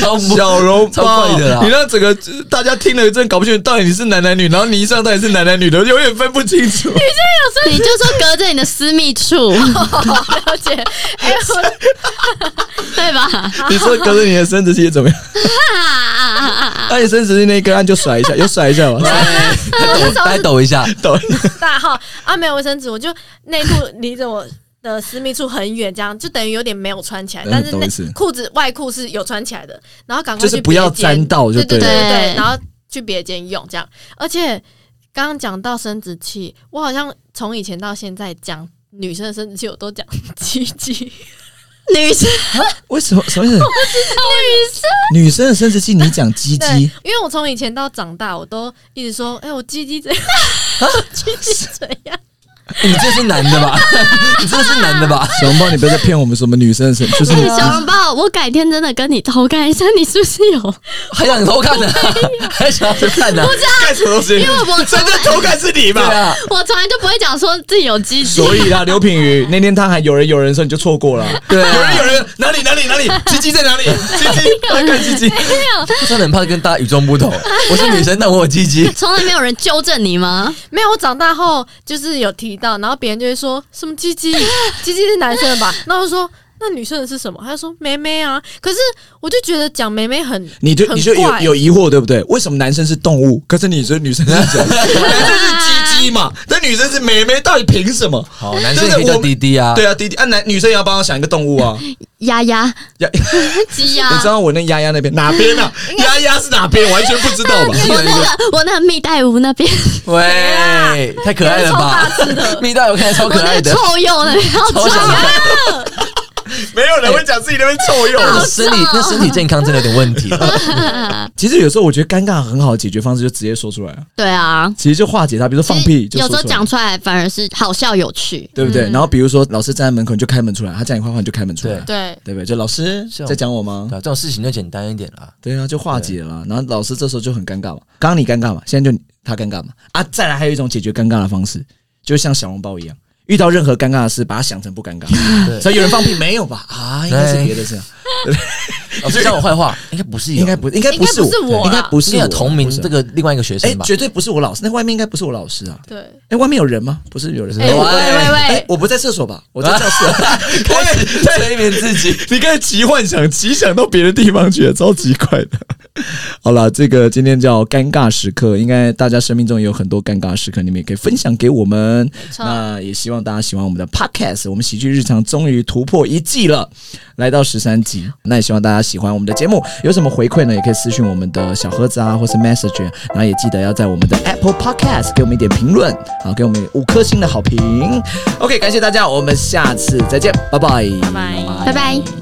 D: 超 不
A: 小笼
D: 超
A: 包
D: 怪的啦
A: 你让整个大家听了真的搞不清楚到底你是男男女，然后你一上到底是男男女的，永远分不清楚。
B: 你就说隔着你的私密处，
C: 了解，哎、我
B: 对吧？
A: 你说隔着你的生殖器怎么样？那你生殖器那一根按就甩一下，有甩一下吗？
D: 来抖，来抖一下，
A: 抖
C: 大号啊，没有卫生纸，我就内裤离着我的私密处很远，这样就等于有点没有穿起来，
A: 嗯
C: 但是
A: 懂
C: 内
A: 意思
C: 裤子外裤是有穿起来的，然后赶 快
A: 就是
C: 去
A: 不要
C: 别间
A: 沾到就
C: 对
A: 对
C: 对
B: 了
C: 对，然后去别间用这样，而且刚刚讲到生殖器，我好像从以前到现在讲。女生的生殖器我都讲 鸡鸡，
B: 女生
A: 为什么？什么意思？女生的生殖器你讲鸡
C: 对
A: 鸡，，
C: 因为我从以前到长大，我都一直说，哎、我鸡鸡怎样， 鸡鸡怎样，
D: 你这是男的 吧？你这是男的吧？
A: 小笼包你不要再骗我们什么女生的生，就是
B: 哎小笼包，我改天真的跟你偷看一下，你是不是有？
D: 还想偷 看呢？还想要去看呢？
A: 干什么东西？
B: 因为我
A: 真正偷看是你
D: 对
A: 吧？
D: 啊，
B: 我从来就不会讲说自己有鸡鸡，
A: 所以啦，刘品瑜那天他还有人有人的时候，你就错过了。
D: 对啊
A: 有人有人哪里哪里哪里， 鸡鸡在哪里？鸡鸡，快看鸡鸡。
D: 我真的很怕跟大家与众不同。我是女生，但我有鸡鸡。
B: 从来没有人纠正你吗？
C: 没有，我长大后就是有提到，然后别人就会说什么鸡鸡，鸡鸡是男生的吧？然后我说那女生的是什么？他就说妹妹啊。可是我就觉得讲妹妹很，
A: 你就
C: 很
A: 你就有
C: 怪
A: 有疑惑对不对？为什么男生是动物，可是你说女生是 人？男生是鸡鸡 嘛，但女生是妹妹，到底凭什么？
D: 好，男生也可以叫滴滴啊。
A: 对啊，弟弟啊，男女生也要帮我想一个动物 啊。
B: 鸭鸭
A: 呀，
B: 鸡
A: 你
B: 鸭
A: 知。道我那丫丫那边 哪边啊？丫丫是哪边？完全不知 道吧？
D: 有
B: 我
D: 一个
B: 那个我那个蜜袋鼯那边，
D: 喂，太可爱了吧！蜜袋鼯看起来超
B: 我
D: 可
B: 那
D: 爱
B: 个
D: 的，
B: 臭鼬那边，
D: 超想看。
E: 没有人会讲自己那边臭鼬。
D: 那哦身体那身体健康真的有点问题。 啊
A: 其实有时候我觉得尴尬很好的解决方式，就直接说出来啊，
B: 对啊，
A: 其实就化解它，比如说放屁，就
B: 有
A: 说
B: 时
A: 出
B: 候
A: 来
B: 讲出来反而是好笑有趣。
A: 对
D: 嗯
A: 不对？然后比如说老师站在门口，你就开门出来；他讲你坏话，你就开门出来，
D: 对
C: 对，
A: 对不对？就老师
D: 是哦
A: 在讲我吗
D: 对？啊，这种事情就简单一点啦。
A: 对啊，就化解了。然后老师这时候就很尴尬嘛，刚刚你尴尬嘛，现在就你他尴尬嘛。啊，再来还有一种解决尴尬的方式，就像小笼包一样，遇到任何尴尬的事，把它想成不尴尬。
D: 对
A: 所以有人放屁没有吧？啊，应该是别的 事，
D: 老师讲我坏话，应该不是有，啊
A: 应该不，应该不是
C: 应该不是我
A: 应
C: 啦
A: 该不
D: 应
A: 是
D: 该
A: 我
D: 有同名
A: 不是我
D: 这个另外一个学
A: 哎
D: 生，吧？
A: 绝对不是我老师，那外面应该不是我老师啊。
C: 对，
A: 哎，外面有人吗？不是有人。
C: 哎、
A: 我
C: 喂喂喂，
A: 我不在厕所吧？我在教室。
D: 开始催眠自己。
A: 你刚才奇幻想，奇想到别的地方去了，超级快的。 好了，这个今天叫尴尬时刻，应该大家生命中也有很多尴尬时刻，你们也可以分享给我们。
C: 错
A: 那也希望大家喜欢我们的 podcast，我们喜剧日常终于突破一季了，来到十三集。那也希望大家喜欢我们的节目，有什么回馈呢？也可以私讯我们的小盒子啊，或是 message，然后也记得要在我们的 Apple Podcast 给我们一点评论，好，给我们五颗星的好评。OK，感谢大家，我们下次再见，拜拜，
C: 拜拜
B: 拜拜。